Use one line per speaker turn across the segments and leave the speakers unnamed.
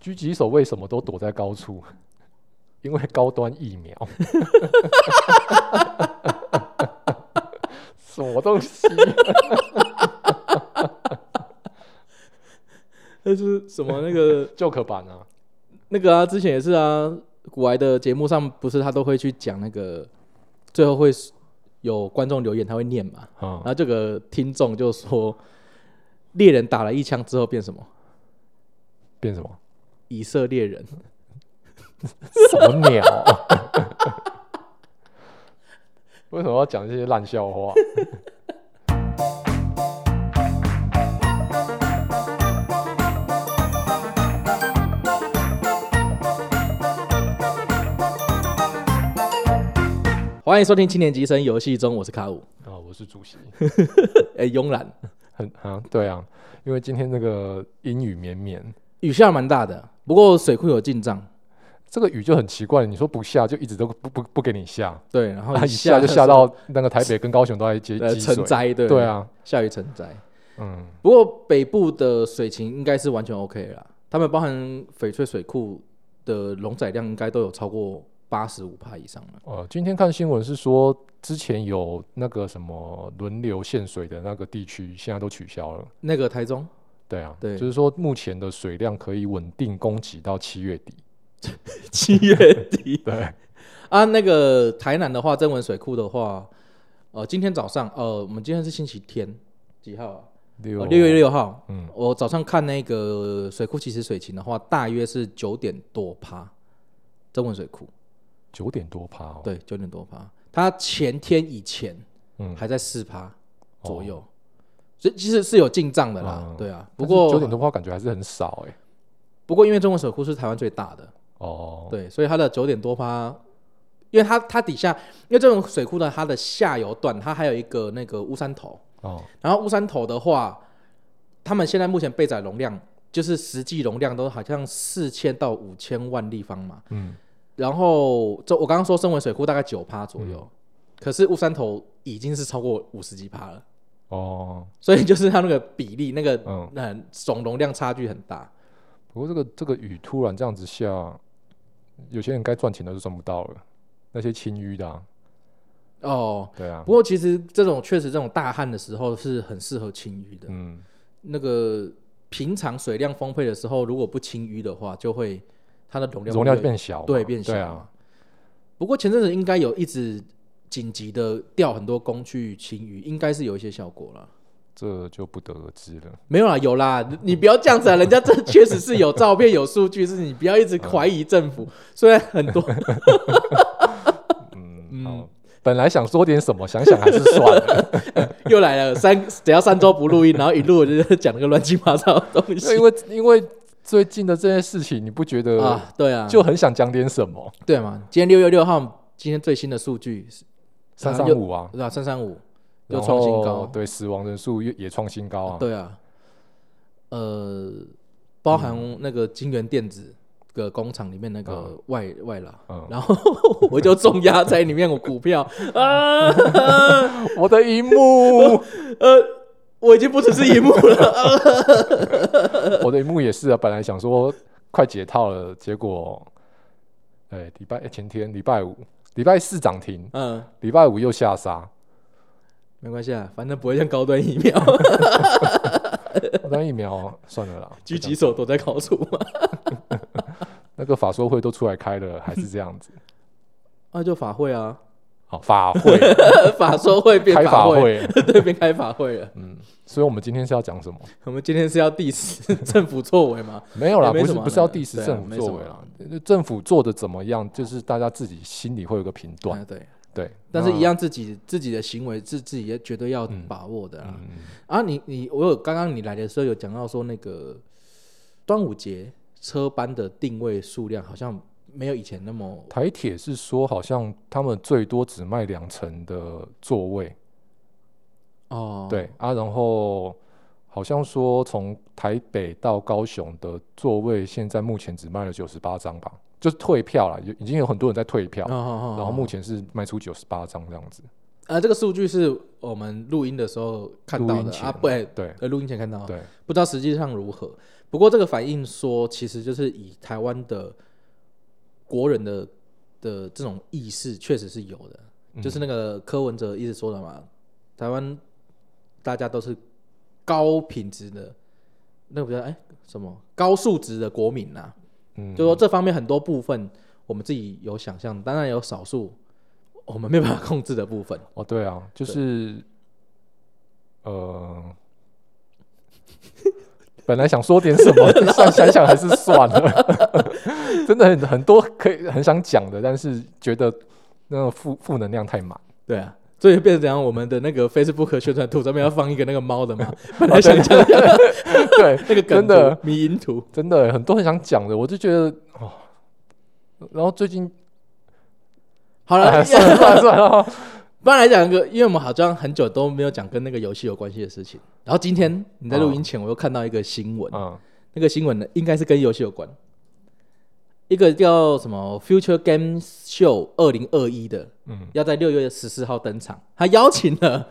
狙击手为什么都躲在高处？因为高端疫苗。什么东西？
那就是什么 那个
旧刻版啊，
那个啊，之前也是啊，古癌的节目上不是他都会去讲那个，最后会有观众留言，他会念嘛。
嗯
然，后这个听众就说，猎人打了一枪之后变什么？
变什么？
以色列人。
什么鸟？为什么要讲这些烂笑话？
欢迎收听《七年级生游戏中》，我是卡五，
啊、我是主席。
哎，慵懒，
很啊，对啊，因为今天那个阴雨绵绵，
雨下蛮大的，不过水库有进账，
这个雨就很奇怪，你说不下就一直都不不不给你下，
对，然后
啊，一
下
下就
的
下
时候
到那个台北跟高雄都在接
呃
积水
成。灾，对
对，啊，
下雨成灾。
嗯，
不过北部的水情应该是完全 OK 了啦，他们包含翡翠水库的容载量应该都有超过八十五帕以上啊了。
呃，今天看新闻是说，之前有那个什么轮流限水的那个地区，现在都取消了。
那个台中，
对啊，
对
就是说目前的水量可以稳定供给到七月底。
七月 底
对，
啊，那个台南的话，增文水库的话，呃，今天早上，呃，我们今天是星期天，几号啊？
六
呃六月，六号。
嗯，
我早上看那个水库，其实水情的话，大约是九点多趴，增文水库，
九点多趴哦。
对，九点多趴。它前天以前
嗯，
还在四趴
哦
左右，哦所以其实是有进账的啦，
嗯
对啊。不过
九点多趴感觉还是很少哎、
不过因为中文水库是台湾最大的，
哦，
对，所以它的九点多趴，因为它它底下，因为这种水库呢，它的下游段它还有一个那个乌山头，
哦，
然后乌山头的话，他们现在目前备载容量就是实际容量都好像四千到五千万立方嘛，
嗯，
然后这我刚刚说深文水库大概九趴左右，
嗯
可是乌山头已经是超过五十几趴了。
哦，
所以就是它那个比例，那个
嗯
那总容量差距很大。
不过这个这个雨突然这样子下，有些人该赚钱的都赚不到了，那些清淤的、啊，
哦，
对啊
不，过其实这种确实这种大旱的时候是很适合清淤的。
嗯，
那个平常水量丰沛的时候，如果不清淤的话，就会它的容量
容
会
量
越
变小嘛，
对变小。
对啊，、
不过前阵子应该有一直紧急的调很多工去清淤，应该是有一些效果了。
这就不得而知了。
没有啦，有啦，你你不要这样子啊！人家这确实是有照片、有数据，是你不要一直怀疑政府。虽然很多
嗯，
嗯
好，本来想说点什么，想想还是算 了，
又来了三，只要三周不录音，然后一录我就讲那个乱七八糟的东西
因为因为最近的这些事情，你不觉得
啊，对啊，
就很想讲点什么？
对嘛。今天六月六号，今天最新的数据是
三
啊
三
又
五啊，
对吧？三三五又
然
创新
后
高，啊
对，死亡人数也也创新高啊。
对啊，呃，包含那个金源电子的工厂里面那个
嗯
外外劳，
嗯
然后 我就重压在里面我股票啊，
我的荧幕，
呃。我已经不只是一幕了，
我的荧幕也是啊。本来想说快解套了，结果，哎，礼拜前天礼拜五、礼拜四涨停，
嗯，
礼拜五又下杀，
没关系啊，反正不会像高端疫苗，
那疫苗算了啦。
狙击手躲在高处嘛，
那个法说会都出来开了，还是这样 子。
啊，就法会啊，
好，法 会
法说会变
开法
会，
会，
对，变开法会了。
嗯，所以我们今天是要讲什么？
我们今天是要 diss 政府作为嘛？
没有啦，
也没
不是
什么
不是要
那个
diss
对啊
政府
没什
作
么
为
啦
啦，就政府做的怎么样，就是大家自己心里会有个评断。
啊对，
对，
但是
那
一，样自己自己的行为是自己也绝对要把握的啊。
嗯，
啊，你你我有刚刚你来的时候有讲到说那个端午节车班的定位数量好像没有以前那么
台铁是说好像他们最多只卖两层的座位，
哦，
对啊，然后好像说从台北到高雄的座位现在目前只卖了九十八张吧，就是退票了，有已经有很多人在退票，
哦，哦
然后目前是卖出九十八张这样子，
啊这个数据是我们录音的时候看到
录音
的
前
啊，不，哎
对
呃，录音前看到的，
对，
不知道实际上如何。不过这个反映说，其实就是以台湾的国人的的这种意识，确实是有的。就是那个柯文哲一直说的嘛，台湾大家都是高品质的，那个叫哎什么高素质的国民呐、啊
嗯，
就说这方面很多部分我们自己有想象，当然有少数我们没办法控制的部分。
哦，对啊，就是，呃，本来想说点什 么，想想想还是算了。 真的很很多可以很想讲的，但是觉得那个负负能量太满。
对啊，所以变成怎样？我们的那个 Facebook 宣传图上面要放一个那个猫的嘛，本来想讲
对，
那个
真
梗
的
图迷因图，
真的很多很想讲的，我就觉得哦。然后最近
好了，
哎算了算了算了，
不然来讲一个，因为我们好像很久都没有讲跟那个游戏有关系的事情。然后今天你在录音前，我又看到一个新闻，
嗯，
那个新闻呢应该是跟游戏有关，一个叫什么 Future Game Show 二零二一的，
嗯
要在六月十四号登场，他邀请了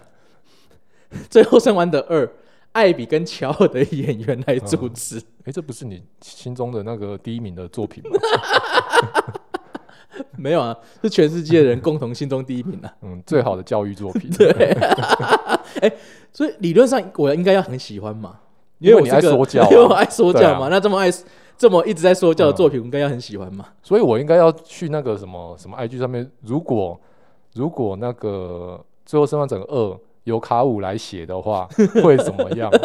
《最后生还者二》艾比跟乔尔的演员来主持。
哎，这不是你心中的那个第一名的作品吗？
没有啊，是全世界人共同心中第一名啊。
嗯，最好的教育作 品。
所以理论上我应该要很喜欢嘛，
因为
我
你
是
爱
个
说教啊
因为我爱说
对
教
啊
嘛。那这么爱这么一直在说教的作品，我应该要很喜欢嘛。
所以我应该要去那个什么什么 IG 上面，如果如果那个《最后生还者二》由卡五来写的 话，会怎么样？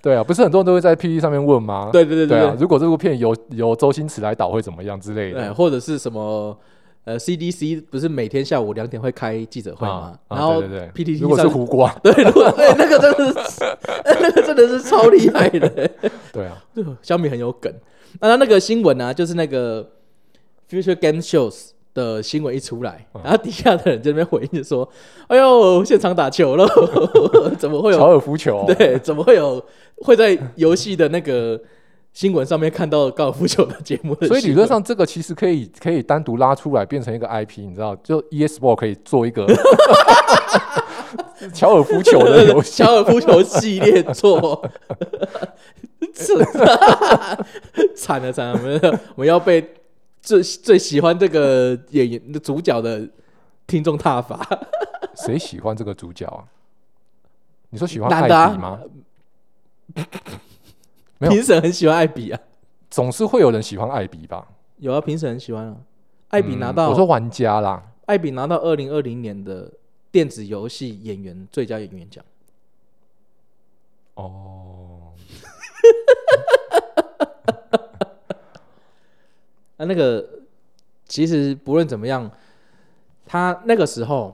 对啊，不是很多人都会在 PPT 上面问吗？
对对对
啊，如果这部片由由周星驰来导会怎么样之类
对，
的？
哎或者是什么呃 CDC 不是每天下午两点会开记者会吗
啊？啊
然后
对对对，
PTT
如果是
上
胡瓜，
对，如果对那个真的是 那个真的是超厉害的，
对啊，
对 小米很有梗。那他那个新闻呢、啊，就是那个 Future Game Shows。的新闻一出来，
嗯
然后底下的人在那边回应就说：“哎呦，现场打球了， 怎么会有
高尔夫球、哦，
对，怎么会有会在游戏的那个新闻上面看到高尔夫球的节目的新闻？
所以理论上这个其实可以可以单独拉出来变成一个 IP，你知道，就 E eSport 可以做 一个 乔尔夫球的 游戏。
高尔夫球系列 作，是惨了惨了，我们我们要被最最喜欢这个演员的主角的听众踏伐，
谁喜欢这个主角啊？你说喜欢艾
男的啊
比吗？没有
评审很喜欢艾比啊，
总是会有人喜欢艾比吧？
有啊，评审很喜欢啊，艾比拿
嗯
到、
我说玩家啦，
艾比拿到二零二零年的电子游戏演员最佳演员奖。
哦，
那那个其实不论怎么样，他那个时候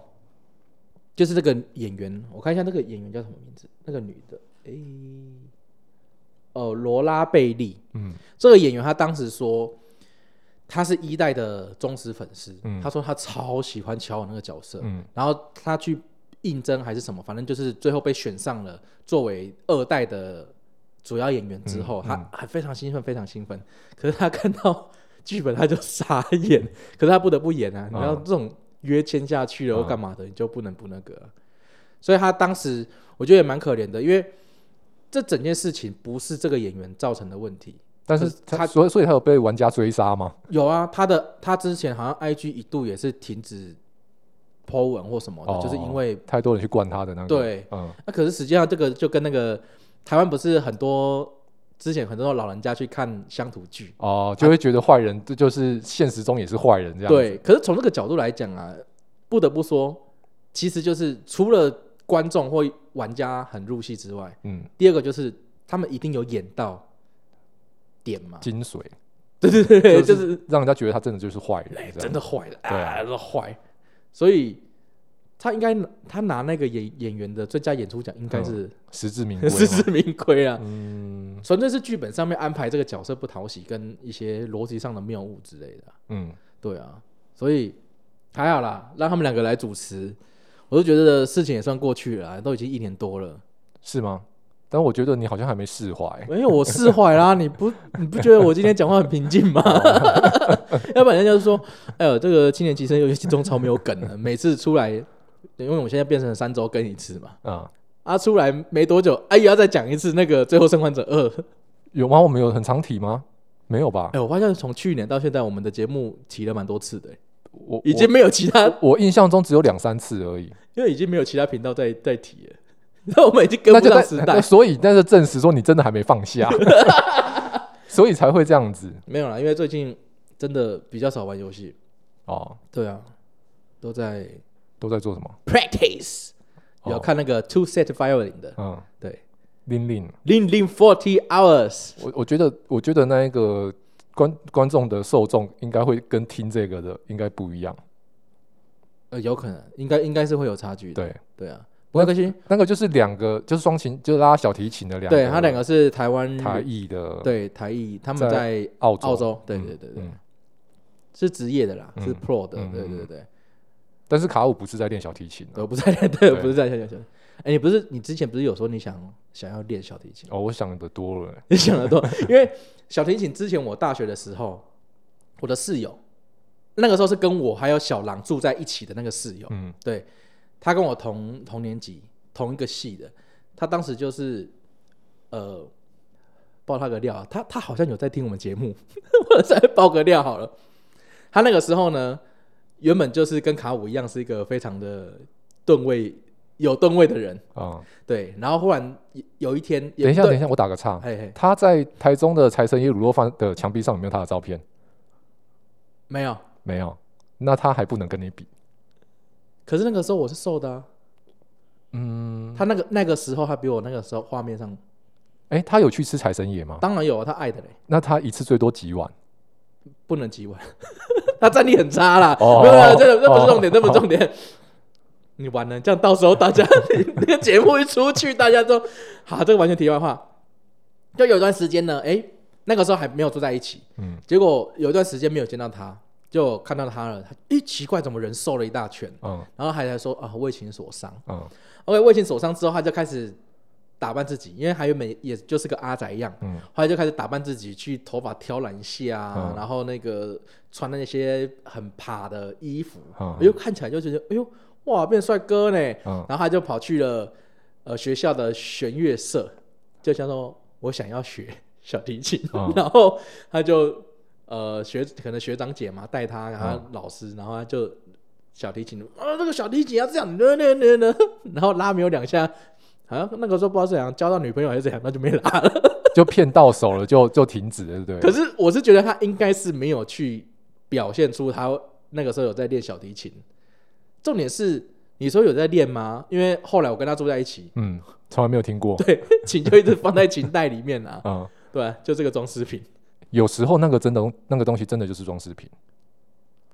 就是这个演员，我看一下那个演员叫什么名字？那个女的，诶、哦，罗拉贝利。
嗯，
这个演员她当时说，她是一代的忠实粉丝，
嗯
她说她超喜欢乔尔那个角色，
嗯
然后她去应征还是什么，反正就是最后被选上了，作为二代的主要演员之后，
嗯
她还非常兴奋，非常兴奋。可是她看到剧本，她就傻眼，可是她不得不演啊，
嗯
然后这种约签下去
嗯
了或干嘛的，你就不能不那个啊、所以她当时我觉得也蛮可怜的，因为。这整件事情不是这个演员造成的问题，
但是
可是他
他所以所以他有被玩家追杀吗？
有啊，他的他之前好像 IG 一度也是停止 po 文或什么的，
哦
就是因为
太多人去灌他的那个，，
对，
嗯
那、可是实际上这个就跟那个台湾不是很多之前很多老人家去看乡土剧，
哦，就会觉得坏人这就是现实中也是坏人这样子，
对，可是从这个角度来讲啊，不得不说，其实就是除了观众或玩家很入戏之外，
嗯，
第二个就是他们一定有演到点嘛，
精髓
对对对对，
就
就是是
让人家觉得他真的就是坏人这
哎
样，
真的坏的，
对啊
啊，真的坏。所以他应该拿他拿那个演演员的最佳演出奖，应该是
实至 名归嘛，
实至名归啊。
嗯
纯粹是剧本上面安排这个角色不讨喜，跟一些逻辑上的谬误之类的啊。
嗯，
对啊，所以还好啦，让他们两个来主持，我就觉得事情也算过去了啊、都已经一年多了。
是吗？但我觉得你好像还没释怀，
没有，我释怀啦。你不你不觉得我今天讲话很平静吗？ 要不然人家就说，哎呦，这个青年级生游戏中超没有梗了，每次出来，因为我现在变成三周更一次嘛，
啊、
啊，出来没多久，哎、啊，又要再讲一次那个《最后生还者二》。
有吗？我们有很常提吗？没有吧？
哎，我发现从去年到现在，我们的节目提了蛮多次的、欸
我
已经没有其他，
我我印象中只有两三次而已。
因为已经没有其他频道在在提了。那我们已经跟
那
不
就
上
代
时代，
所以那就证实说你真的还没放 下，所以才会这样子
没有啦，因为最近真的比较少玩游戏。
哦。
对啊，都在
都在做什么？
practice，、
哦
有看那个 Two Set Violin 的，
嗯，
对，
令令，
零零 Forty Hours，
我我觉得，我觉得那一个观观众的受众应该会跟听这个的应该不一样。
呃，有可能，应该应该是会有差距的。
对，
对啊，不过可惜，
那个就是两个，就是双琴，就是拉小提琴的两个，
对他两个是台湾
台裔的，，
对台裔，他们在
澳洲，
澳洲，对
嗯
对对对
嗯，
是职业的啦，
嗯
是 Pro 的
嗯，
对
嗯
对对，
但是卡五不是在练小提琴、啊，
我不在， 对，我不是在小小小。哎，你不是你之前不是有说你想想要练小提琴？
哦，我想的多了、
你想得多， 因为小提琴之前我大学的时候，我的室友那个时候是跟我还有小狼住在一起的那个室友，
嗯
对他跟我同同年级同一个系的，他当时就是呃爆他个料啊，他他好像有在听我们节目， 我再爆个料好了。他那个时候呢，原本就是跟卡五一样是一个非常的吨位有吨位的人，
啊、
对，然后忽然有有一天，也
等一下，
不
等
对
一下，我打个岔。
嘿嘿，
他在台中的财神爷卤肉饭的墙壁上有没有他的照片？
没有。
没有，那他还不能跟你比。
可是那个时候我是瘦的啊，
嗯，
他那个那个时候他比我那个时候画面上，
哎、他有去吃财神爷吗？
当然有啊，他爱的嘞，
那他一次最多几碗？
不能 挤完，他战力很差啦，
哦
没有啦，真的这不是重点，
哦
这不是重点。你完了，这样到时候大家 那个节目一出去，大家都好，这个完全题外话。就有一段时间呢，哎、那个时候还没有住在一起，
嗯
结果有一段时间没有见到他，就看到他了，他咦奇怪，怎么人瘦了一大圈？
嗯
然后还来说啊，为情所伤。
嗯
OK，魏情手上之后，他就开始打扮自己，因为还原本也就是个阿宅一样，
嗯
后来就开始打扮自己，去头发挑染一下啊，
嗯
然后那个穿那些很趴的衣服，
嗯
哎呦，看起来就觉得，哎呦，哇，变帅哥呢。
嗯，
然后他就跑去了呃学校的弦乐社，就想说我想要学小提琴，
嗯
然后他就呃学可能学长姐嘛带他，然后老师，然后他就小提琴啊这个小提琴要这样呢呢呢呢， 然后拉没有两下，好像那个时候不知道是怎样交到女朋友还是怎样，那就没拉了。
就骗到手了，就就停止了， 对不
可
对？
是我是觉得他应该是没有去表现出他那个时候有在练小提琴。重点是你说有在练吗？因为后来我跟他住在一起，
嗯，从来没有听过。
对， 琴就一直放在琴袋里面啊，
嗯，
对吧就这个装饰品。
有时候那个真的那个东西真的就是装饰品。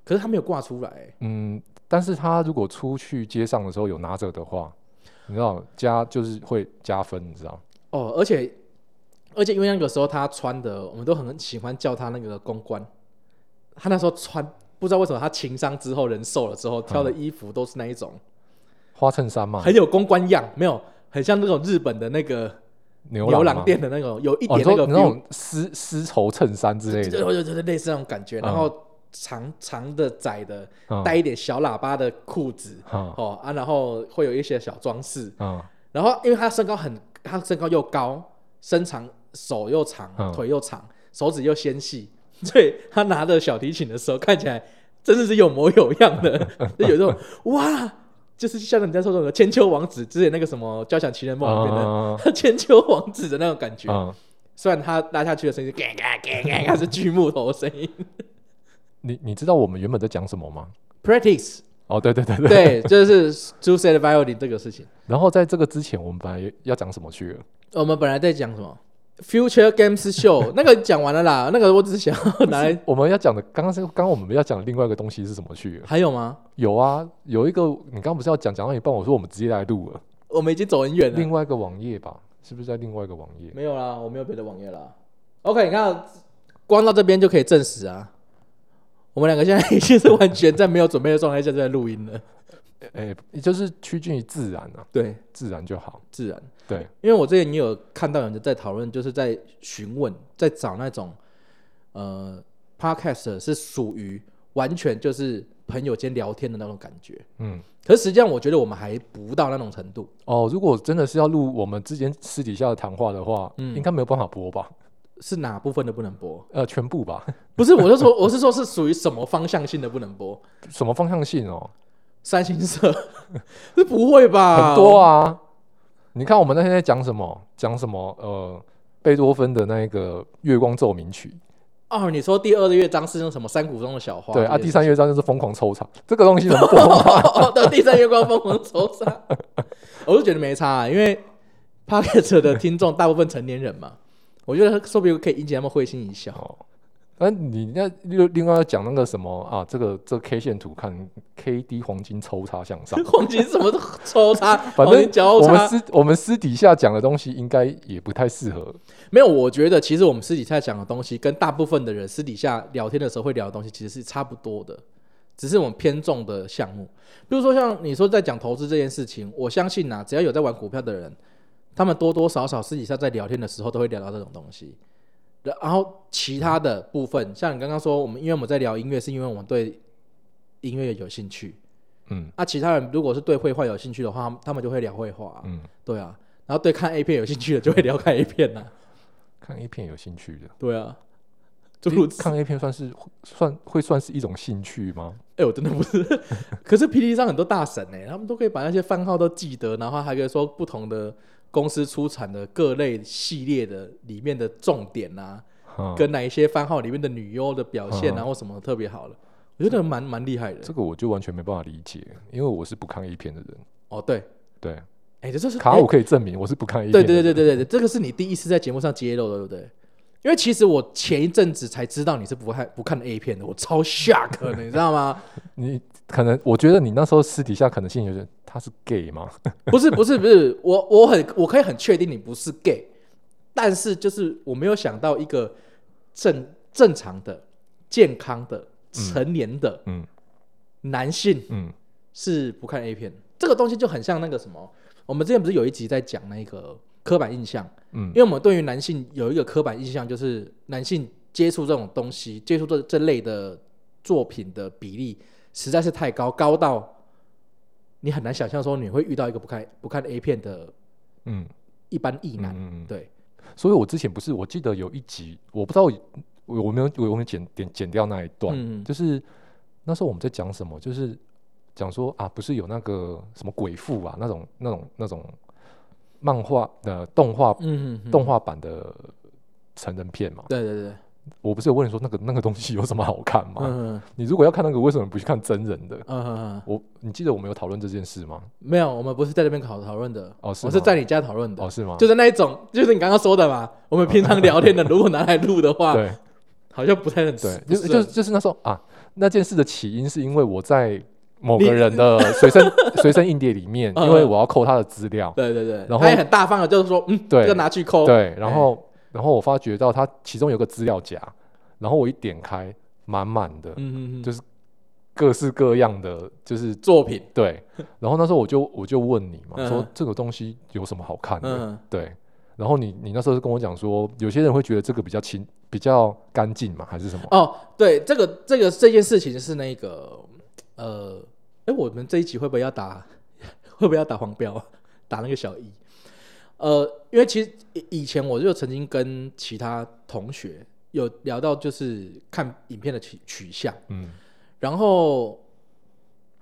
可是他没有挂出来、
嗯，但是他如果出去街上的时候有拿着的话，你知道加就是会加分，你知道？
哦，而且而且因为那个时候他穿的，我们都很喜欢叫他那个公关。他那时候穿，不知道为什么他情商之后人瘦了之后，挑的衣服都是那一种、
花衬衫嘛，
很有公关样，没有很像那种日本的那个
哦牛
牛
郎嘛
郎店的那种，有一
哦，
点
你
那
说
个
你
feel，
那种丝丝绸衬衫之类
就
的，
就就是类似那种感觉，然
嗯
后长长的、窄的，
嗯
带一点小喇叭的裤子，
嗯
哦啊，然后会有一些小装饰，
嗯
然后因为他身高很，他身高又高，身长手又长，
嗯
腿又长，手指又纤细，所以他拿着小提琴的时候看起来真的是有模有样的，就有一种哇，就是像人家说的千秋王子之前那个什么《交响情人梦》里面的。
嗯
他 千秋王子的那种感觉，
嗯，
虽然他拉下去的声音是嘎嘎嘎嘎嘎，是锯木头的声音。
你你知道我们原本在讲什么吗？
Practice，
哦，对对 对对。
对，就是 Suicide Violin 这个事情。
然后在这个之前，我们本来要讲什么去了？
我们本来在讲什么 Future Games Show，那个讲完了啦，那个我只是想要拿来。
我们要讲的，刚刚是刚刚我们要讲的另外一个东西是什么去了？
还有吗？
有啊，有一个你刚刚不是要讲讲到一半，我说我们直接来录了，
我们已经走很远了。
另外一个网页吧，是不是在另外一个网页？
没有啦，我没有别的网页啦。OK，你看，光到这边就可以证实啊，我们两个现在已经是完全在没有准备的状态下在录音 了。
哎、就是趋近于自然啊，
对，
自然就好。
自然。
对，
因为我之前也有看到有人在讨论，就是在询问，在找那种呃 podcast 是属于完全就是朋友间聊天的那种感觉。
嗯，
可是实际上，我觉得我们还不到那种程度。
哦，如果真的是要录我们之间私底下的谈话的话，
嗯
应该没有办法播吧？
是哪部分的不能 播？
呃，全部吧？
不是，我就说我是说是属于什么方向性的不能播？
什么方向性哦？
三星社 这不会吧？
很多啊！你看我们那天在讲什么？讲什么？呃，贝多芬的那个《月光奏鸣曲
哦，你说第二乐章是用什么山谷中的小》花？
对啊，第
这件事
三乐章就是疯狂抽查，这个东西能播吗？
哦哦，对，第三月光疯狂抽杀， 我就觉得没差、啊，因为 p o c k e t 的听众大部分成年人嘛，我觉得说不定可以引起他们会心一笑。，
哦， 那你那另另外要讲那个什么啊？这个这 K 线图看 KD 黄金抽插向上
黄金什么都抽插，
反
黄金
正
交
我们
叉，
私我们私底下讲的东西应该也不太适合。
没有。我觉得其实我们私底下讲的东西，跟大部分的人私底下聊天的时候会聊的东西，其实是差不多的，只是我们偏重的项目。比如说像你说在讲投资这件事情，我相信啊，只要有在玩股票的人，他们多多少少私底下在聊天的时候都会聊到这种东西。然然后其他的部分，像你刚刚说，我们因为我们在聊音乐，是因为我们对音乐有兴趣。
嗯
啊，其他人如果是对绘画有兴趣的话，他们他们就会聊绘画、啊。
嗯，
对啊，然后对看 A 片有兴趣的就会聊看 A 片呐、
看 A 片有兴趣的，
对啊，就如此。
看 A 片算是算会算是一种兴趣吗？
哎、我真的不是，可是 PPT 上很多大神呢、欸他们都可以把那些番号都记得，然后还可以说不同的公司出产的各类系列的里面的重点啊，
嗯、
跟哪一些番号里面的女优的表现啊，
嗯
或什么特别好了，我觉得蛮蛮厉害的
这。个我就完全没办法理解，因为我是不看 A 片的人。
哦，对，
对，
哎、这就是
卡
哎
我可以证明我是不看 A 片的
对
人。
对对对对对，这个是你第一次在节目上揭露的，对不对？因为其实我前一阵子才知道你是不看不看 A 片的，我超 shock 的，你知道吗？
你可能我觉得你那时候私底下可能性就是他是 gay 吗？
不是不是不是，我我很我可以很确定你不是 gay，但是就是我没有想到一个正正常的、健康的、成年的
嗯
男性
嗯
是不看 A 片，这个东西就很像那个什么，我们之前不是有一集在讲那个刻板印象，
嗯
因为我们对于男性有一个刻板印象，就是男性接触这种东西、接触这这类的作品的比例实在是太高，高到你很难想象说你会遇到一个不看不看 A 片的
嗯
一般异
嗯
男。
嗯嗯。
对，
所以我之前不是，我记得有一集，我不知道我我没有我有没有剪剪剪掉那一段，
嗯，
就是那时候我们在讲什么，就是讲说啊，不是有那个什么鬼父啊那种那种那种漫画的、呃动画
嗯，嗯
动，画版的成人片嘛
嗯？对对对，
我不是有问你说那个那个东西有什么好看吗？
嗯嗯
你如果要看那个，为什么不去看真人的？
嗯嗯，嗯
我你记得我们有讨论这件事吗？
没有，我们不是在那边讨讨论的，
哦是
我是
吗
在你家讨论的
哦，，是吗？
就是那一种，就是你刚刚说的嘛，我们平常聊天的，如果拿来录的话，
对
好像不太很
对，
啊不
就是就
很
就是那时候啊，那件事的起因是因为我在某个人的随身随身硬碟里面，
嗯
因为我要扣他的资料，
对对对，
然后
他也很大方的，就是说，嗯，
对
这个拿去抠，
对，然后然后我发觉到他其中有个资料夹，然后我一点开，满满的
嗯嗯嗯，
就是各式各样的，就是
作品，
对，然后那时候我就我就问你嘛，
嗯
说这个东西有什么好看的？
嗯，
对。然后你你那时候是跟我讲说，有些人会觉得这个比较清、比较干净嘛，还是什么？
哦，对，这个这个这件事情是那个，呃，哎，我们这一集会不会要打， 会不会要打黄标啊？打那个小一，呃，因为其实以以前我就曾经跟其他同学有聊到，就是看影片的取取向，
嗯
然后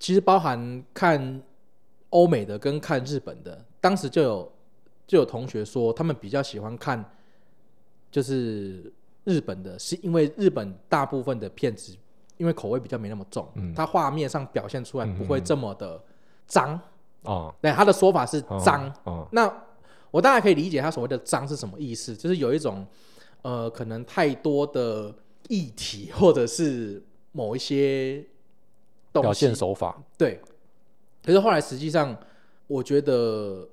其实包含看欧美的跟看日本的，当时就有就有同学说他们比较喜欢看就是日本的，是因为日本大部分的片子因为口味比较没那么重，
嗯
它画面上表现出来
嗯嗯
不会这么的脏。
啊，
对，他的说法是
啊
脏。
啊，
那我大概可以理解他所谓的脏是什么意思，就是有一种呃，可能太多的议题或者是某一些东西
表现手法，
对。可是后来实际上，我觉得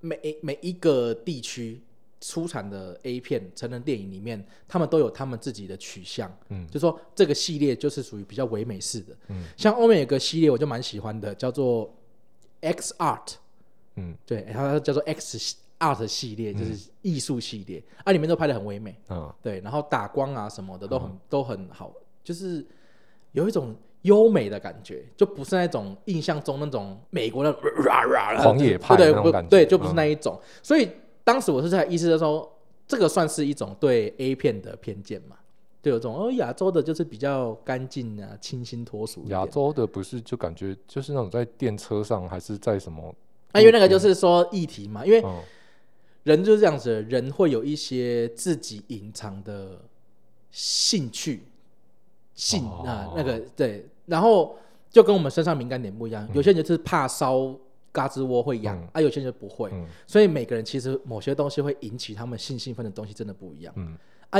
每每一个地区出产的 A 片成人电影里面，他们都有他们自己的取向。
嗯
就说这个系列就是属于比较唯美式的。
嗯
像欧美有个系列我就蛮喜欢的，叫做 X Art。
嗯
对，它叫做 X Art 系列，就是艺术系列，啊，里面都拍的很唯美，
啊，
对，然后打光啊什么的都很、都很好，就是有一种优美的感觉，就不是那种印象中那种美国那种
狂野派那
对对
种
不
感觉
对，就不
嗯
是那一种。所以当时我是在意识到说，这个算是一种对 A 片的偏见嘛，就有种哦亚洲的就是比较干净啊、清新脱俗一点
亚。洲的不是就感觉就是那种在电车上还是在什么，
那因为那个就是说议题嘛，因为
嗯，
人就是这样子的，人会有一些自己隐藏的兴趣、性
哦
啊、那个对，然后就跟我们身上敏感点不一样，有些人就是怕烧嘎吱窝会痒、
嗯
啊，有些人就不会，
嗯
所以每个人其实某些东西会引起他们性兴奋的东西真的不一样，
嗯
啊，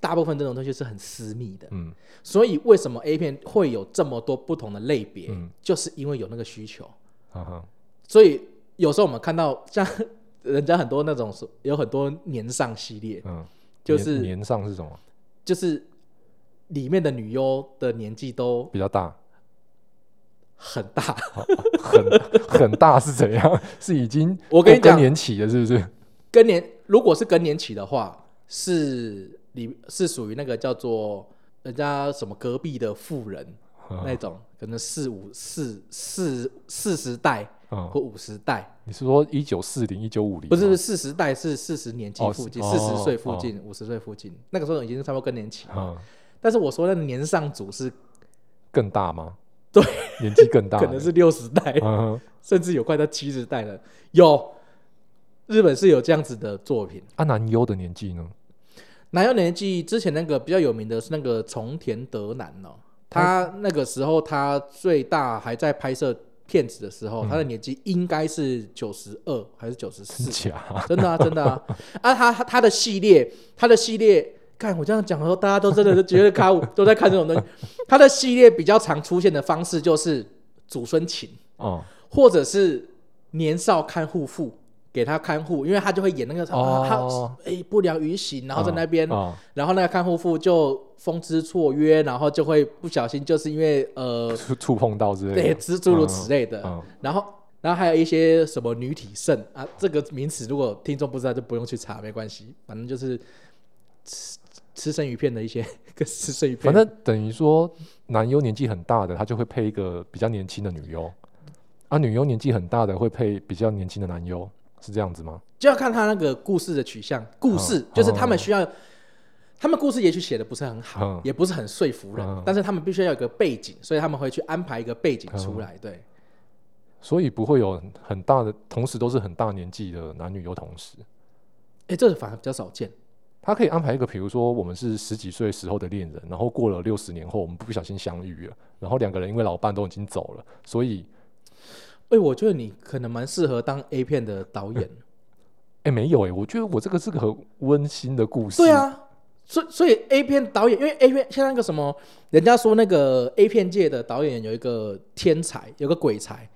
大部分这种东西是很私密的，
嗯
所以为什么 A 片会有这么多不同的类别，
嗯
就是因为有那个需求，
哈啊哈，
所以有时候我们看到像人家很多那种是有很多年上系列，
嗯，
就是
年年上是什么
就是里面的女优的年纪都
比较大，
很大。
很很大是怎样？ 是已经
我跟你
都
讲
更年期了是不是？
更年如果是更年期的话，是里是属于那个叫做人家什么隔壁的妇人、
啊
那种，可能四五四四四十代
嗯，
或五十代，
你是说一九四零一九五零？
不是不是四十代是四十年纪
哦
附
是
近，
哦
四十岁附
哦
近，五十岁附近，那个时候已经差不多更年期了。
嗯，
但是我说那个年上组是
更大吗？
对，
年纪更大，
可能是六十代，
嗯哼
甚至有快到七十代了。有日本是有这样子的作品。
啊，男优的年纪呢？
南优年纪之前那个比较有名的是那个重田德男哦，他那个时候他最大还在拍摄片子的时候，他的年纪应该是九十二还是九十
真
四？
假？
真的啊，真的啊！啊，他他他的系列，他的系列，看我这样讲的时候，大家都真的是觉得看我 都在看这种东西。他的系列比较常出现的方式就是祖孙情，
哦
或者是年少看护妇给他看护，因为他就会演那个什么、
哦
他哎、不良于行，然后在那边，
哦
然后那个看护妇就风姿绰约，然后就会不小心就是因为呃
哦触触碰到之类
对
的，
诸诸如此类的，
嗯
然后。然后还有一些什么女体盛啊，这个名词如果听众不知道就不用去查，没关系，反正就是吃吃生鱼片的一些跟吃生鱼片，
反正等于说男优年纪很大的，他就会配一个比较年轻的女优，啊，女优年纪很大的会配比较年轻的男优，是这样子吗？
就要看他那个故事的取向。故事、
嗯
就是他们需要，他们故事也许写的不是很好，
嗯
也不是很说服人，
嗯
但是他们必须要有一个背景，所以他们会去安排一个背景出来。对，
所以不会有很很大的，同时都是很大年纪的男女优同时，
哎、这反而比较少见。
他可以安排一个，比如说我们是十几岁时候的恋人，然后过了六十年后，我们不小心相遇了，然后两个人因为老伴都已经走了，所以
哎、我觉得你可能蛮适合当 A 片的导演。
哎没有哎，我觉得我这个是个很温馨的故事，
对，啊，所以所以 A 片导演，因为 A 片像那个什么，人家说那个 A 片界的导演有一个天才，有个鬼才，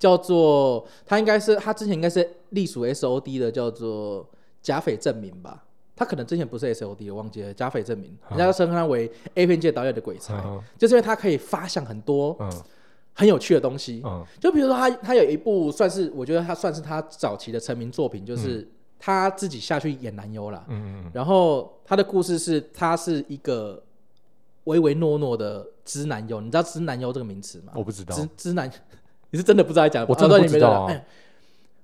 叫做他应该是他之前应该是隶属 SOD 的，叫做贾斐证明吧。他可能之前不是 SOD，我忘记了。贾斐证明，人家都称他为 A 片界导演的鬼才，
嗯
就是因为他可以发想很多
嗯
很有趣的东西。
嗯
就比如说他他有一部算是我觉得他算是他早期的成名作品，就是他自己下去演男优啦。
嗯嗯
然后他的故事是，他是一个唯唯诺诺的直男优，你知道直男优这个名词吗
嗯，？我不知道，
直直男， 你是真的不知道在讲，
我真的
啊
不知道啊
对你没讲哎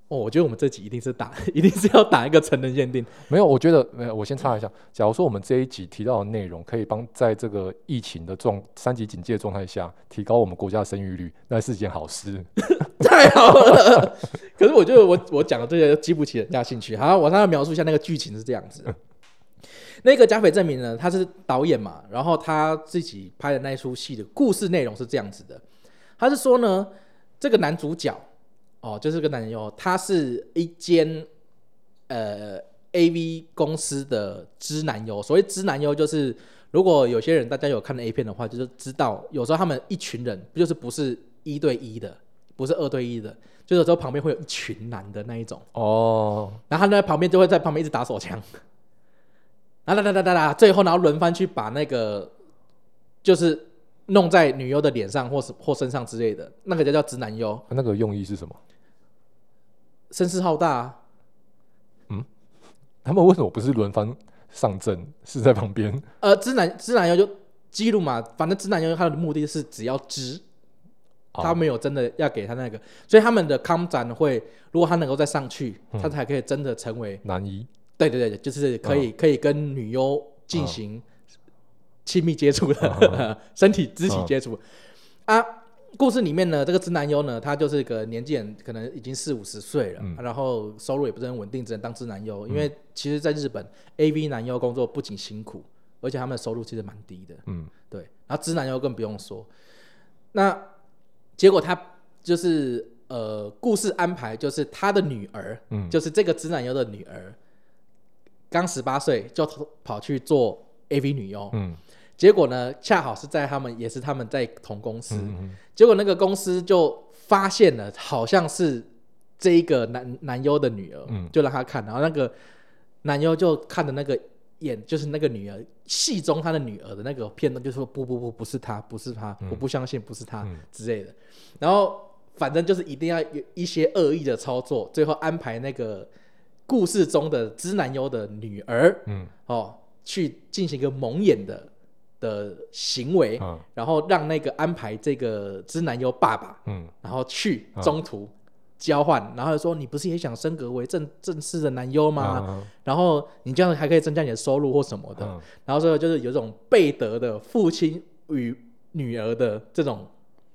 哦，我觉得我们这集一定是打， 一定是要打一个成人限定。
没有，我觉得没有。我先插一下，假如说我们这一集提到的内容可以帮在这个疫情的状三级警戒的状态下提高我们国家的生育率，那是一件好事。
太好了。可是我觉得我我讲的这些激不起人家兴趣。好，我稍微描述一下那个剧情是这样子。那个贾斐正明呢，他是导演嘛，然后他自己拍的那一出戏的故事内容是这样子的，他是说呢，这个男主角哦，就是个男优，他是一间呃 A V 公司的知男优。所谓知男优，就是如果有些人大家有看 A 片的话，就是知道有时候他们一群人不就是不是一对一的，不是二对一的，就是有时候旁边会有一群男的那一种，
哦，
然后他呢旁边就会在旁边一直打手枪，然后哒哒哒哒哒，最后然后轮番去把那个就是弄在女优的脸上或是或身上之类的，那个就叫直男优，
那个用意是什么？
声势浩大、啊。
他们为什么不是轮番上阵，是在旁边？
呃，直男直男优就记录嘛，反正直男游他的目的是只要知，
哦
他没有真的要给他那个，所以他们的康展会，如果他能够再上去，他才可以真的成为，
男一
对对对，就是可以、可以跟女优进行亲密接触的、 身体肢体接触、啊。故事里面呢，这个直男优呢，他就是个年纪很可能已经四五十岁了、然后收入也不是很稳定，只能当直男优。因为其实，在日本，AV 男优工作不仅辛苦，而且他们的收入其实蛮低的。
嗯，
对，然后直男优更不用说。那结果他就是呃，故事安排就是他的女儿，
嗯
就是这个直男优的女儿，刚十八岁就投跑去做 AV 女优，
嗯
结果呢，恰好是在他们也是他们在同公司，
嗯嗯
结果那个公司就发现了，好像是这一个男男优的女儿，
嗯
就让他看，然后那个男优就看的那个眼，就是那个女儿戏中他的女儿的那个片段，就说不不不，不是他，不是他，我不相信，不是他、
嗯
之类的，然后反正就是一定要有一些恶意的操作，最后安排那个故事中的知男优的女儿
嗯
哦，去进行一个蒙眼的的行为。
嗯
然后让那个安排这个知男优爸爸，
嗯
然后去
啊
中途交换，然后就说你不是也想升格为正正式的男优吗？
嗯
然后你这样还可以增加你的收入或什么的。
嗯
然后最后就是有一种贝德的父亲与女儿的这种，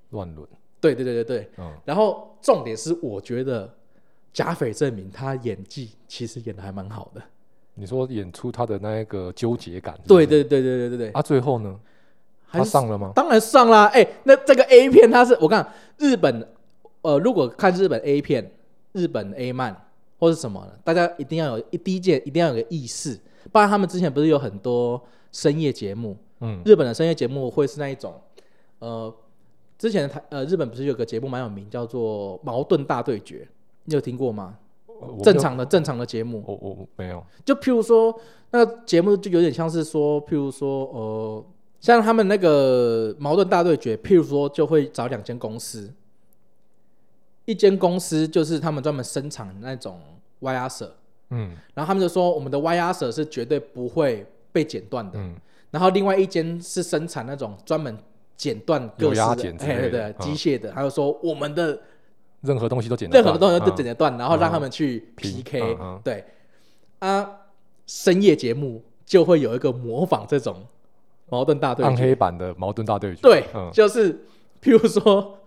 乱伦，
对对对对对。
嗯
然后重点是，我觉得贾斐证明他演技其实演的还蛮好的。
你说演出他的那一个纠结感，是不
对
是
对对对对对对，
啊，最后呢，
还
他
是
上了吗？
当然上啦，哎、那这个 A 片它是我看日本，呃，如果看日本 A 片、日本 A 漫或是什么的，大家一定要有一第一件一定要有个意识，不然他们之前不是有很多深夜节目，
嗯
日本的深夜节目会是那一种，呃，之前台呃日本不是有个节目蛮有名叫做《矛盾大对决》，你有听过吗？
我我没有
正常的正常的节目，
我我没有，
就譬如说，那节目就有点像是说，譬如说，呃，像他们那个矛盾大对决，譬如说就会找两间公司，一间公司就是他们专门生产那种 YR 舍，
嗯
然后他们就说我们的 YR 舍是绝对不会被剪断的，
嗯
然后另外一间是生产那种专门剪断各
有压
式
剪
的，
之
哎对
类的
对，
嗯
机械的，他就说我们的
任何东西都剪得
任
断，
何东西都
嗯
整得断，然后让他们去
拼
PK
嗯嗯。
对啊，深夜节目就会有一个模仿这种矛盾大对
暗
决，
黑版的矛盾大对决，
对，
嗯
就是譬如说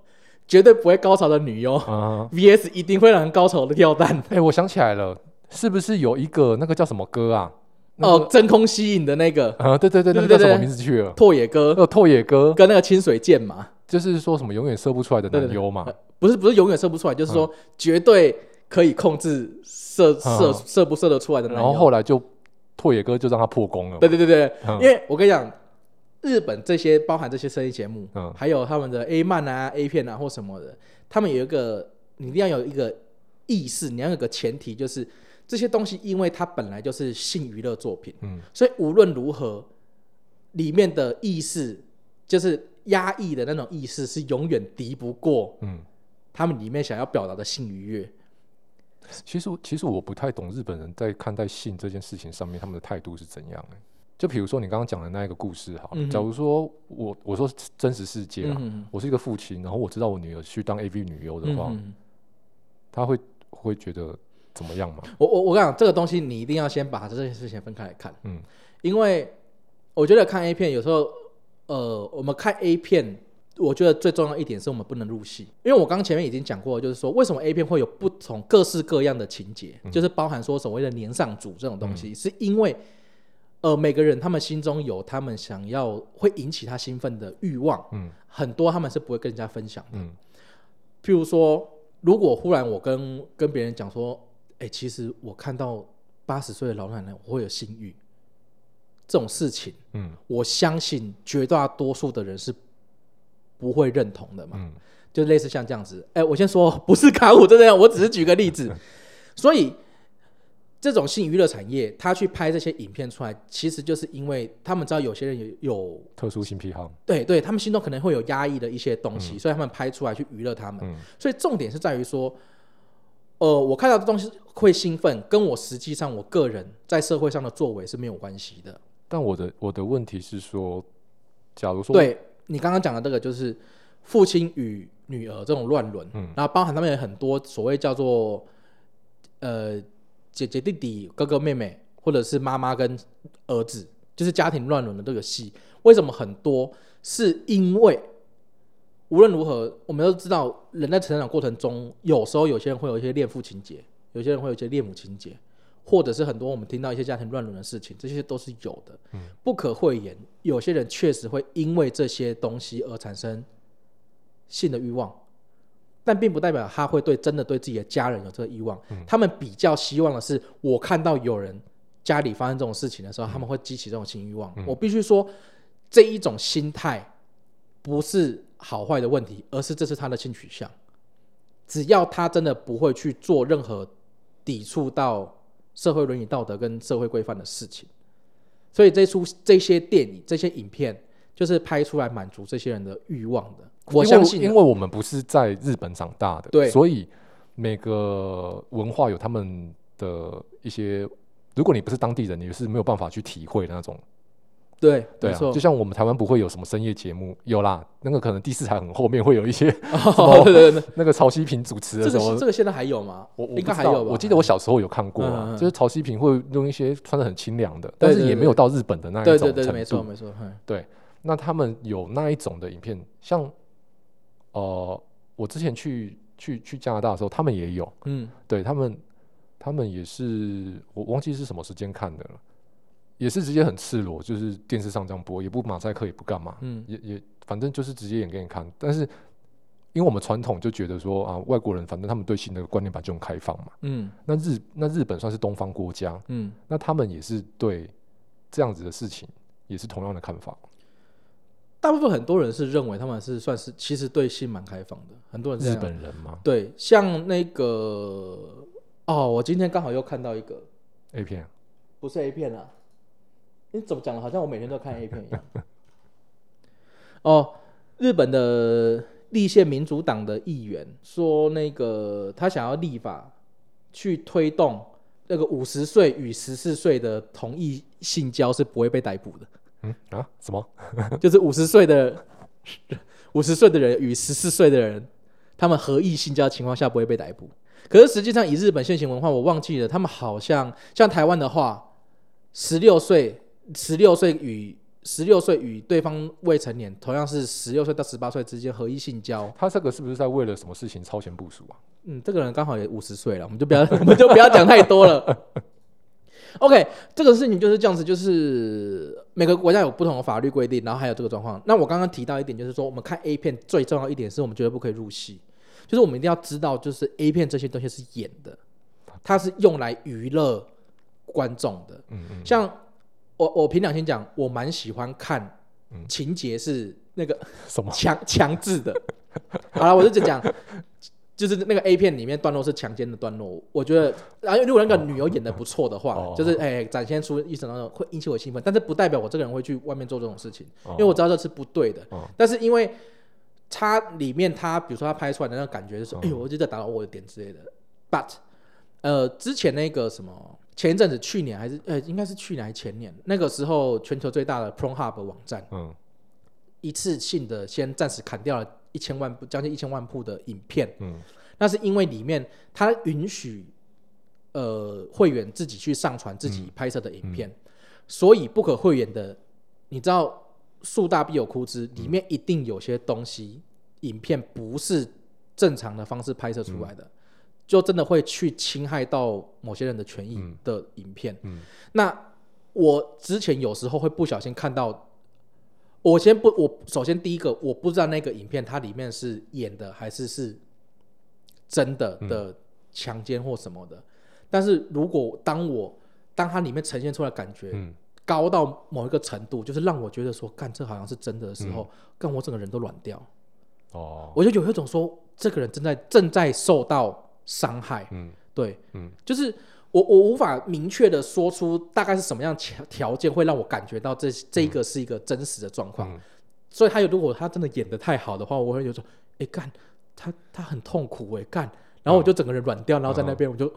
绝对不会高潮的女优
啊，
VS 一定会让人高潮的跳蛋。
哎，我想起来了，是不是有一个那个叫什么歌啊？那
哦
个，
真空吸引的那个
啊，对对对，那个
对对
叫什么
对
名字去了？
拓野
那
哥
个拓野哥，
跟那个清水剑嘛，
就是说什么永远射不出来的
对
男
对对
优嘛
呃，不是不是永远射不出来，就是说绝对可以控制射射
嗯
射不射得出来的男
然
优
后。后来就拓野哥就让他破功了嘛，
对对对对，
嗯
因为我跟你讲，日本这些包含这些生意节目，
嗯
还有他们的 A 漫啊、A 片啊或什么的，他们有一个你一定要有一个意识，你要有个前提，就是这些东西，因为它本来就是性娱乐作品，
嗯
所以无论如何，里面的意识就是压抑的那种意识，是永远敌不过
嗯。
他们里面想要表达的性愉悦。
其实我其实我不太懂日本人在看待性这件事情上面他们的态度是怎样、欸、就比如说你刚刚讲的那一个故事好了，
嗯哼
假如说我我说真实世界啊，
嗯
我是一个父亲，然后我知道我女儿去当 AV 女优的
嗯
话，
嗯
他会会觉得怎么样吗？
我我我跟你讲，这个东西你一定要先把这件事情分开来看，
嗯
嗯，因为我觉得看 A 片有时候，呃，我们看 A 片，我觉得最重要一点是我们不能入戏，因为我刚前面已经讲过，就是说为什么 A 片会有不同各式各样的情节，就是包含说所谓的年上主这种东西，是因为。呃，每个人他们心中有他们想要会引起他兴奋的欲望，
嗯
很多他们是不会跟人家分享的。
嗯
譬如说，如果忽然我跟跟别人讲说，哎、其实我看到八十岁的老奶奶，我会有性欲，这种事情，
嗯
我相信绝大多数的人是不会认同的嘛。
嗯
就类似像这样子，哎、我先说 不是卡五真的，我只是举个例子。 所以这种性娱乐产业，他去拍这些影片出来，其实就是因为他们知道有些人有有
特殊性癖好，
对对，他们心中可能会有压抑的一些东西，所以他们拍出来去娱乐他们。
嗯
所以重点是在于说，呃，我看到的东西会兴奋，跟我实际上我个人在社会上的作为是没有关系的。
但我的我的问题是说，假如说，
对你刚刚讲的这个，就是父亲与女儿这种乱伦，
嗯
然后包含他们有很多所谓叫做呃姐姐弟弟、哥哥妹妹，或者是妈妈跟儿子，就是家庭乱伦的这个戏，为什么很多？是因为无论如何，我们都知道人在成长过程中，有时候有些人会有一些恋父情节，有些人会有一些恋母情节，或者是很多我们听到一些家庭乱伦的事情，这些都是有的。不可讳言，有些人确实会因为这些东西而产生性的欲望，但并不代表他会对真的对自己的家人有这个欲望。
嗯
他们比较希望的是，我看到有人家里发生这种事情的时
嗯
候，他们会激起这种性欲望。我必须说，这一种心态不是好坏的问题，而是这是他的性取向。只要他真的不会去做任何抵触到社会伦理道德跟社会规范的事情。所以这出这些电影、这些影片，就是拍出来满足这些人的欲望的。我
因为
相信啊，
因为我们不是在日本长大的，
对
所以每个文化有他们的一些，如果你不是当地人，你是没有办法去体会的那种。
对，
对
没
啊，
错
就，像我们台湾不会有什么深夜节目，有啦，那个可能第四台很后面会有一些
哦， 对对对，
那个曹希平主持的
这
什
个
么
是这个现在还有吗？
我我
应
不
该
知
还
道
有吧？
我记得我小时候有看过啊，
嗯嗯嗯
就是曹希平会用一些穿的很清凉的，
对
但
对
是也没有到日本的那一
对
种
对
程度。
对，没错没错，嗯
那他们有那一种的影片，像呃，我之前去去去加拿大的时候，他们也有，
嗯，
对他们他们也是我忘记是什么时间看的了，也是直接很赤裸，就是电视上这样播，也不马赛克，也不干嘛，
嗯
也也反正就是直接演给你看，但是。因为我们传统就觉得说啊，外国人反正他们对性的观念本来就很开放嘛，
嗯
那日那日本算是东方国家，
嗯，
那他们也是对这样子的事情也是同样的看法。
大部分很多人是认为他们是算是其实对性蛮开放的，很多人是
日
这样
本人吗
对，像那个哦，我今天刚好又看到一个，
？A 片
不是 A 片啊？你怎么讲的？好像我每天都看 A 片一样。 哦，日本的立宪民主党的议员说，那个他想要立法去推动那个五十岁与十四岁的同意性交是不会被逮捕的，
嗯啊什么？
就是五十岁的五十岁的人与十四岁的人，他们合意性交的情况下不会被逮捕。可是实际上，以日本现行文化，我忘记了，他们好像像台湾的话，十六岁、十六岁与十六岁与对方未成年，同样是十六岁到十八岁之间合一性交。
他这个是不是在为了什么事情超前部署啊？
嗯，这个人刚好也五十岁了，我们就不要， 我们就不要讲太多了。OK，这个事情就是这样子，就是每个国家有不同的法律规定，然后还有这个状况。那我刚刚提到一点，就是说我们看 A 片最重要一点是我们绝对不可以入戏，就是我们一定要知道，就是 A 片这些东西是演的，它是用来娱乐观众的。
嗯嗯，
像我，我凭良心讲，我蛮喜欢看情节是那个
什么？
强强制的。 好了，我就只讲，就是那个 A 片里面段落是强奸的段落，我觉得，然后如果那个女优演的不错的话，
哦
就是哎、展现出一种那种会引起我兴奋，但是不代表我这个人会去外面做这种事情，因为我知道这是不对的。
哦
但是因为它里面它，比如说它拍出来的那个感觉就是，
哦
哎呦，我就在打扰我的点之类的。But，呃，之前那个什么，前一阵子去年还是呃，应该是去年还是前年，那个时候全球最大的 Pornhub 网站。
嗯
一次性的先暂时砍掉了一千万部，将近一千万部的影片，
嗯
那是因为里面它允许呃会员自己去上传自己拍摄的影片，
嗯
所以不可讳言的，你知道树大必有枯枝，里面一定有些东西，影片不是正常的方式拍摄出来的。
嗯
就真的会去侵害到某些人的权益的影片。
嗯
那我之前有时候会不小心看到，我先不，我首先第一个我不知道那个影片它里面是演的还是是真的
嗯
的强奸或什么的，但是如果当我当它里面呈现出来的感觉。
嗯，
高到某一个程度，就是让我觉得说，干这好像是真的的时候，
嗯
干、我整个人都软掉。
哦，
我就有一种说，这个人正在正在受到伤害。
嗯
对，
嗯，
就是我我无法明确的说出大概是什么样条条件会让我感觉到这这一个是一个真实的状况。
嗯
所以他有如果他真的演的太好的话，我会觉得说，哎、干他他很痛苦哎、干，然后我就整个人软掉，然后在那边我就，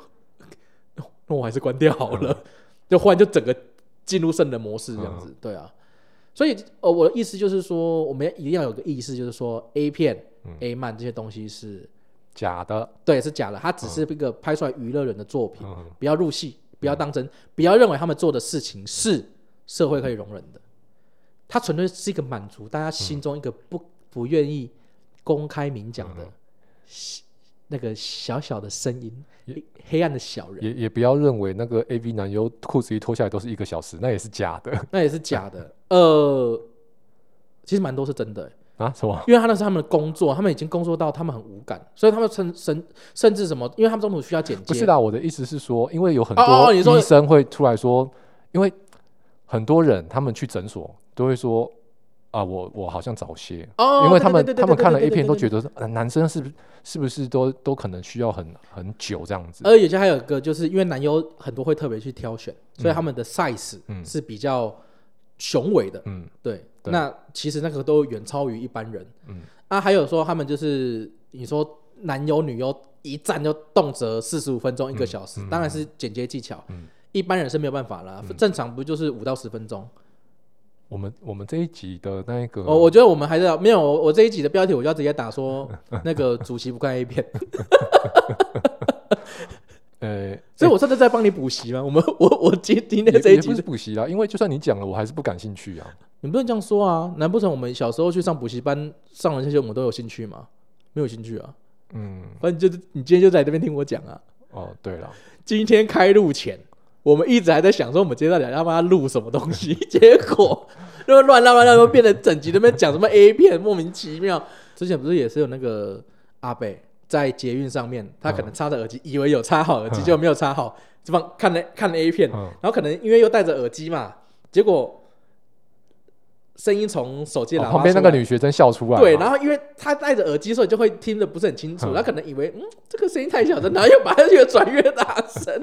那、 那我还是关掉好了，就忽然就整个进入圣人模式这样子，对啊。所以呃，我的意思就是说，我们一定要有个意识，就是说 A 片、A 漫这些东西是
假的，
对是假的，它只是一个拍出来娱乐人的作品，
嗯，
不要入戏，不要当真，不要认为他们做的事情是社会可以容忍的，它纯粹是一个满足大家心中一个不、不愿意公开明讲的、小那个小小的声音，黑黑暗的小人，
也也不要认为那个 A V 男优裤子一脱下来都是一个小时，那也是假的
那也是假的。呃，其实蛮多是真的、
啊？什么？
因为他那是他们的工作，他们已经工作到他们很无感，所以他们甚甚甚至什么，因为他们中途需要剪接，
不是啦，我的意思是说，因为有很
哦哦
多
哦你说
医生会出来说，因为很多人他们去诊所都会说啊，我我好像早泄，
哦，
因为他们他们看了 A
一
片都觉
得。
得是、呃男生是不是是不是都都可能需要很很久这样子，
而且还有一个，就是因为男优很多会特别去挑选，所以他们的 size
嗯
是比较雄伟的。
嗯
对，
对
那其实那个都远超于一般人。
嗯
啊，还有说他们就是你说男优女优一站就动辄四十五分钟一个小时，当然是剪接技巧，
嗯
一般人是没有办法啦。正常不就是五到十分钟？
我们我们这一集的那一个，
我、我觉得我们还是要没有我我这一集的标题，我就要直接打说那个主席不看 A 片，
呃，
所以我真的在帮你补习吗？我们我我今今天
也
这一
也
集
不是补习啦，因为就算你讲了，我还是不感兴趣啊。
你不能这样说啊！难不成我们小时候去上补习班上了这些，我们都有兴趣吗？没有兴趣啊！
嗯，
反正就是你今天就在这边听我讲啊。
哦，对了，
今天开录前，我们一直还在想说我们今天到底要帮他录什么东西， 结果那么乱乱乱乱，变成整集那边讲什么 A 片，莫名其妙。之前不是也是有那个阿北在捷运上面，他可能插着耳机，以为有插好耳机，
嗯
结果没有插好，这帮看了看了 A 片，
嗯
然后可能因为又戴着耳机嘛，结果声音从手机喇
哦
叭、
旁边那个。女学生笑出来嘛，
对，然后因为他戴着耳机，所以就会听得不是很清楚。
嗯
他可能以为，嗯，这个声音太小声，然后又把它越转越大 声。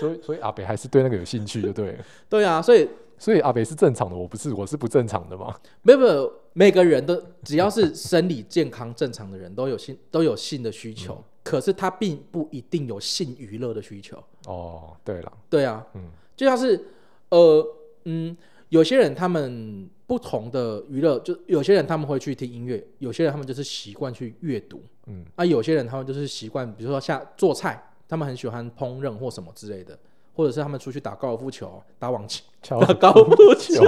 所以所以阿北还是对那个有兴趣，就对了。
对啊，所以
所以阿北是正常的，我不是，我是不正常的嘛。
没有没有，每个人都只要是生理健康正常的人都有性都有性的需求，
嗯
可是他并不一定有性娱乐的需求。
哦，对了，
对啊，
嗯
就像是呃嗯，有些人他们不同的娱乐，就有些人他们会去听音乐，有些人他们就是习惯去阅读，
嗯
啊，有些人他们就是习惯，比如说下做菜，他们很喜欢烹饪或什么之类的，或者是他们出去打高尔夫球、打网球。
巧
打高尔夫球。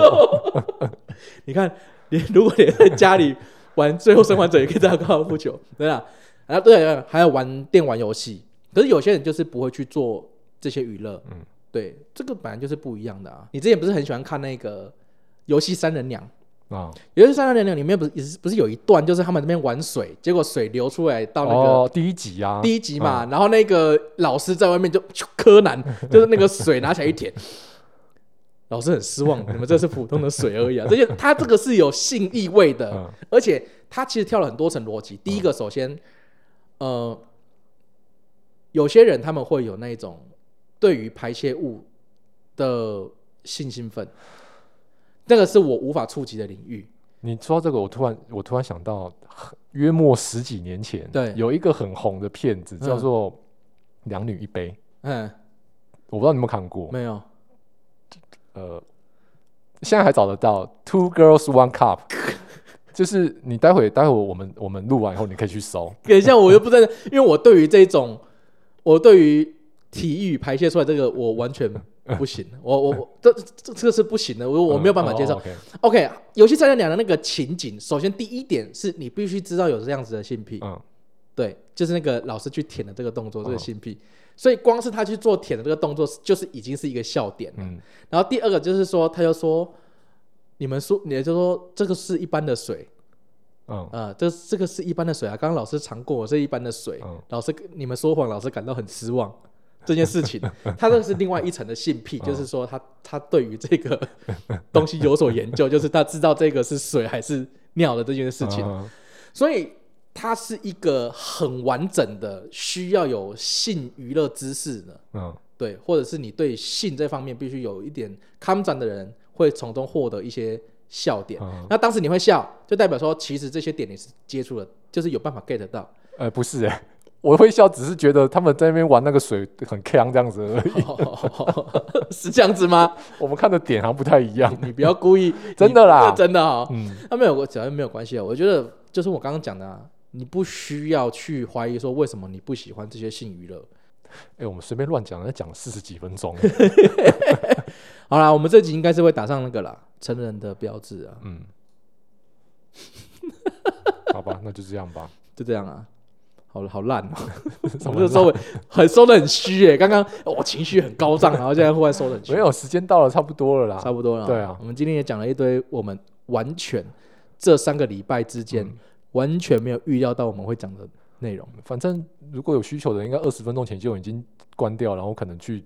你看，连如果连在家里玩《最后生还者》也可以打高尔夫球， 对啊，然后对啊，还有玩电玩游戏。可是有些人就是不会去做这些娱乐，嗯
嗯，
对，这个本来就是不一样的啊。你之前不是很喜欢看那个《游戏三人娘》？
啊，
《游戏三人娘》里面不是也是不是有一段就是他们那边玩水，结果水流出来到那个
哦，第一集啊，
第一集嘛，然后那个老师在外面就 柯南，就是那个水拿起来一舔，老师很失 望，你们这是普通的水而已啊！这些他这个是有性意味的，
嗯
而且他其实跳了很多层逻辑。第一个，首先，呃，有些人他们会有那种对于排泄物的性兴奋，那个是我无法触及的领域。
你说到这个，我突然我突然想到，约莫十几年前，
对
有一个很红的片子叫
嗯
做《两女一杯》，
嗯，
我不知道你有没有看过，
没有，
呃，现在还找得到《Two Girls One Cup》。就是你待会待会我们我们录完以后，你可以去搜。
等一下，我又不在，因为我对于这种，我对于体育排泄出来这个，我完全不行。我我我这这这个是不行的，我我没有办法接受
嗯哦。OK，
OK，游戏三人两的那个情景，首先第一点是你必须知道有这样子的性癖，
嗯，
对，就是那个老师去舔的这个动作，这个
嗯
性癖。所以光是他去做舔的这个动作，就是已经是一个笑点了。
嗯
然后第二个就是说，他就说，你们说，你就说这个是一般的水，
嗯
呃，这这个是一般的水啊，刚刚老师尝过，这一般的水，
嗯
老师你们说谎，老师感到很失望。这件事 情，他这是另外一层的性癖，
嗯
就是说他他对于 这个东西有所研究，就是他知道这个是水还是尿的这件 事情，
嗯
所以它是一个很完整的，需要有性娱乐知识的，
嗯
对，或者是你对性这方面必须有一点康展的人，会从中获得一些笑点。
嗯，
那当时你会笑，就代表说其实这些点你是接触了，就是有办法 get 到。
呃，不是哎，我会笑，只是觉得他们在那边玩那个水很坑这样子而已。
是这样子吗？
我们看的点好像不太一样。
你不要故意，
真的啦
你 真的啊、
嗯，
那没有，只要没有关系啊。我觉得就是我刚刚讲的、啊，你不需要去怀疑说为什么你不喜欢这些性娱乐。
哎、我们随便乱讲，那讲了四十几分钟。
好啦，我们这集应该是会打上那个啦，成人的标志啊，
嗯， 好吧，那就这样 吧。
就这样啊。好了，好烂哦、
什
我
么
们这个收尾很收的很虚耶、刚刚我情绪很高涨，然后现在忽然收的很虚
没，有时间到啊了，差不多了啦。
差不多了。
对啊
我们今天也讲了一堆，我们完全这三个礼拜之间、
嗯
完全没有预料到我们会讲的内容。
反正如果有需求的，应该二十分钟前就已经关掉，然后可能 去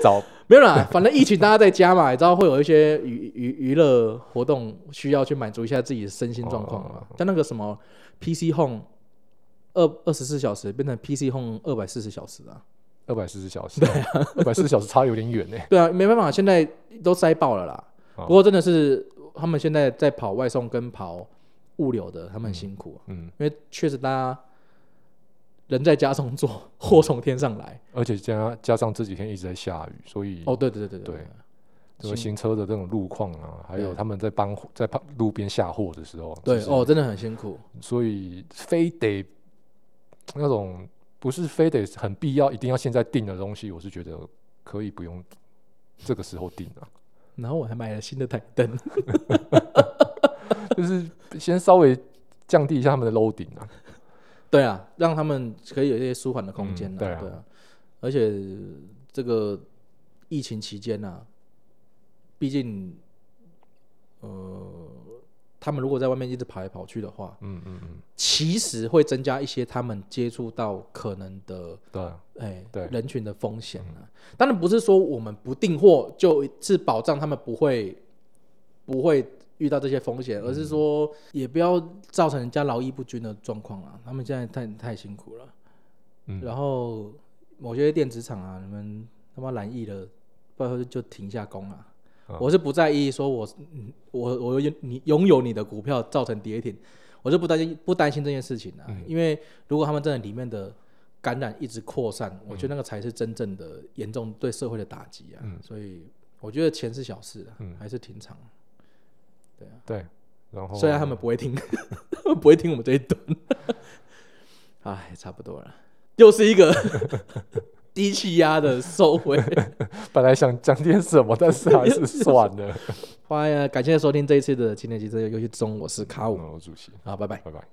找
没有 啦，反正疫情大家在家嘛，你知道会有一些娱娱娱乐活动需要去满足一下自己的身心状况
哦
嘛。像那个什么 PC Home 二二十四小时变成 PC Home 二百四十小时啊，
二百四十小时，二百四十小时差有点远欸 呢、
对啊，没办法，现在都塞爆了啦。
哦
不过真的是他们现在在跑外送跟跑物流的，他们很辛苦啊、
嗯，
因为确实大家人在家中坐，祸从天上来。
而且加加上这几天一直在下雨，所以
哦，对对对对
嗯对这个行车的这种路况啊，还有
对
他们在帮在旁路边下货的时候，啊
对
就是
哦，真的很辛苦。
所以非得那种不是非得很必要，一定要现在订的东西，我是觉得可以不用这个时候订啊，
然后我还买了新的台灯。
就是先稍微降低一下他们的 loading 啊。
对啊，让他们可以有一些舒缓的空间、
嗯对啊
对啊，而且这个疫情期间呢、啊，毕竟呃，他们如果在外面一直跑来跑去的话，
嗯嗯嗯，
其实会增加一些他们接触到可能的
对啊，
哎、
对嗯
人群的风险啊。当然不是说我们不订货就是保障他们不会不会遇到这些风
嗯
险，而是说也不要造成人家劳逸不均的状况啊。他们现在太太辛苦了，
嗯
然后某些电子厂啊，你们他妈懒意了，不然就停下工了、
嗯
我是不在意说我嗯我我有你拥有你的股票造成跌停，我是不担心不担心这件事情啊，
嗯
因为如果他们真的里面的感染一直扩散，我觉得那个才是真正的严重对社会的打击啊。所以我觉得钱是小事啊，还是挺长。
对，然后
虽然他们不会听， 他们不会听我们这一段。 哎，差不多了，又是一个 低气压的收尾。
本来想讲点什么，但是还是算 了。
欢迎感谢收听这一次的青年汽车游戏中，我是卡五，
嗯，我主席，
好，拜拜。
拜拜。